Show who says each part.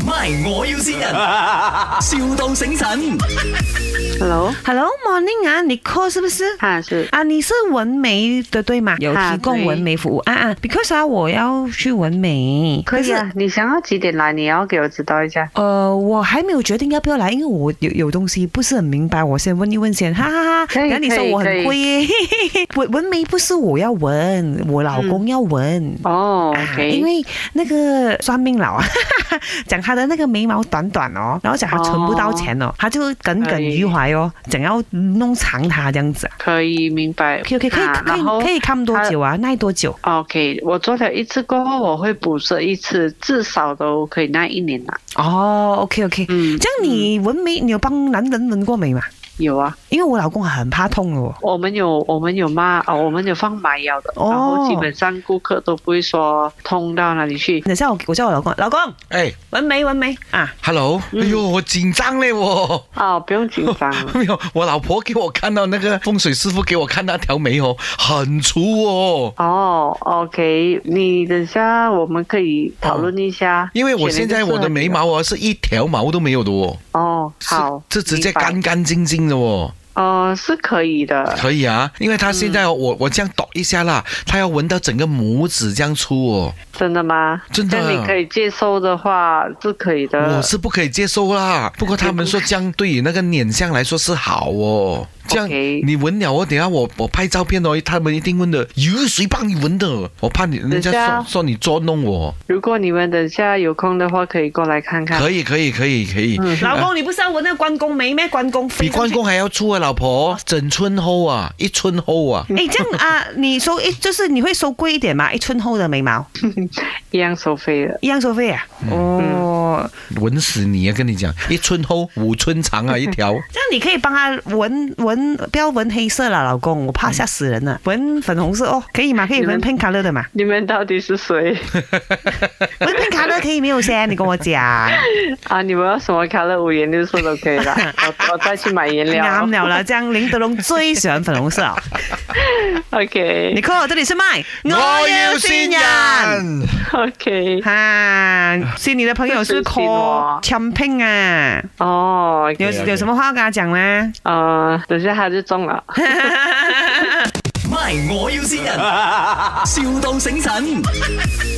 Speaker 1: My，我要先人，, 笑到醒神。
Speaker 2: Hello，
Speaker 3: Hello morning 啊，你 call 是不是？
Speaker 2: 啊是
Speaker 3: 啊，你是纹眉的对吗？有提供纹眉服务啊啊，because 啊，我要去纹眉，
Speaker 2: 可以
Speaker 3: 是
Speaker 2: 啊。你想要几点来？你要给我知道一下。
Speaker 3: 呃，我还没有决定要不要来，因为我有有东西不是很明白，我先问一问先，哈哈哈。
Speaker 2: 可以
Speaker 3: 然后你
Speaker 2: 可
Speaker 3: 说
Speaker 2: 以
Speaker 3: 我
Speaker 2: 可以
Speaker 3: 很贵耶，嘿嘿嘿 纹纹眉不是我要纹，我老公要纹。
Speaker 2: 哦、o
Speaker 3: 啊
Speaker 2: k
Speaker 3: 因为那个算命佬啊， 讲他的那个眉毛短短哦，然后讲他存不到钱哦，他就耿耿于怀哦，
Speaker 2: 哎
Speaker 3: 想要弄长它这样子啊。
Speaker 2: 可以明白。
Speaker 3: 可以可以可以
Speaker 2: 啊
Speaker 3: 可
Speaker 2: 然后
Speaker 3: 以可以看多久啊？耐多久？
Speaker 2: OK，我做了一次过后，我会补这一次，至少都可以那一年啦。
Speaker 3: 哦，OK OK，这
Speaker 2: 嗯，
Speaker 3: 样你纹眉，你有帮男人纹过眉吗？
Speaker 2: 有啊，
Speaker 3: 因为我老公很怕痛哦。
Speaker 2: 我们有我们有骂啊、我们有放麻药的，
Speaker 3: 哦
Speaker 2: 然后基本上顾客都不会说痛到哪里去。
Speaker 3: 等一下我我叫我老公，老公
Speaker 4: 哎
Speaker 3: 纹眉纹眉啊，
Speaker 4: ，Hello，哎
Speaker 2: 嗯
Speaker 4: 呦，我紧张嘞我。
Speaker 2: 哦，不用紧张。
Speaker 4: 没有，我老婆给我看到那个风水师傅给我看那条眉哦，很粗哦。
Speaker 2: 哦，OK，你等下我们可以讨论一下，
Speaker 4: 哦因为我现在我的眉毛啊是一条毛都没有的哦，
Speaker 2: 哦，
Speaker 4: 是
Speaker 2: 好，
Speaker 4: 这直接
Speaker 2: 明白
Speaker 4: 干干净净的哦，
Speaker 2: 哦，是可以的，
Speaker 4: 可以啊，因为他现在哦我我这样抖一下啦，他要闻到整个拇指这样粗哦，
Speaker 2: 真的吗？
Speaker 4: 真的
Speaker 2: 那你可以接受的话是可以的。
Speaker 4: 我是不可以接受啦。不过他们说这样对于那个脸相来说是好哦，这样
Speaker 2: OK
Speaker 4: 你闻了哦，等一下我我拍照片哦，他们一定问的，有谁帮你闻的？我怕你人家
Speaker 2: 等一下
Speaker 4: 说说你捉弄我，
Speaker 2: 如果你们等下有空的话，可以过来看看。
Speaker 4: 可以可以可以可以。
Speaker 3: 老公你不是要纹那个关公眉咩？关公
Speaker 4: 比
Speaker 3: 比
Speaker 4: 关。公还要粗啊，老婆，整寸厚啊，一寸厚啊。
Speaker 3: 哎，这样啊，你收一就是你会收贵一点吗？一寸厚的眉毛
Speaker 2: 一样收费的。
Speaker 3: 一样收费啊？哦，
Speaker 4: 闻死你啊！跟你讲，一寸厚，五寸长啊，一条。
Speaker 3: 这样你可以帮他纹纹，不要纹黑色了，老公，我怕吓死人了。纹粉红色哦，可以吗？可以纹 pink color 的嘛？
Speaker 2: 你们到底是 谁
Speaker 3: 纹 pink color 可以没有先？你跟我讲。
Speaker 2: 啊？你们要什么 color 五颜六色都可以 啦。我我再去买颜料
Speaker 3: 啱。了啦，这样林德龙最喜欢粉红 色。你
Speaker 2: OK
Speaker 3: 看我这里是麦，
Speaker 4: 先。
Speaker 2: OK。
Speaker 3: 哈，是你的朋友是
Speaker 2: 这是新哦
Speaker 3: call camping 啊，
Speaker 2: 哦，OK，
Speaker 3: 有有什么话要跟他讲吗？
Speaker 2: 呃，等下他就中了。
Speaker 1: My，我要先人，,笑到醒神。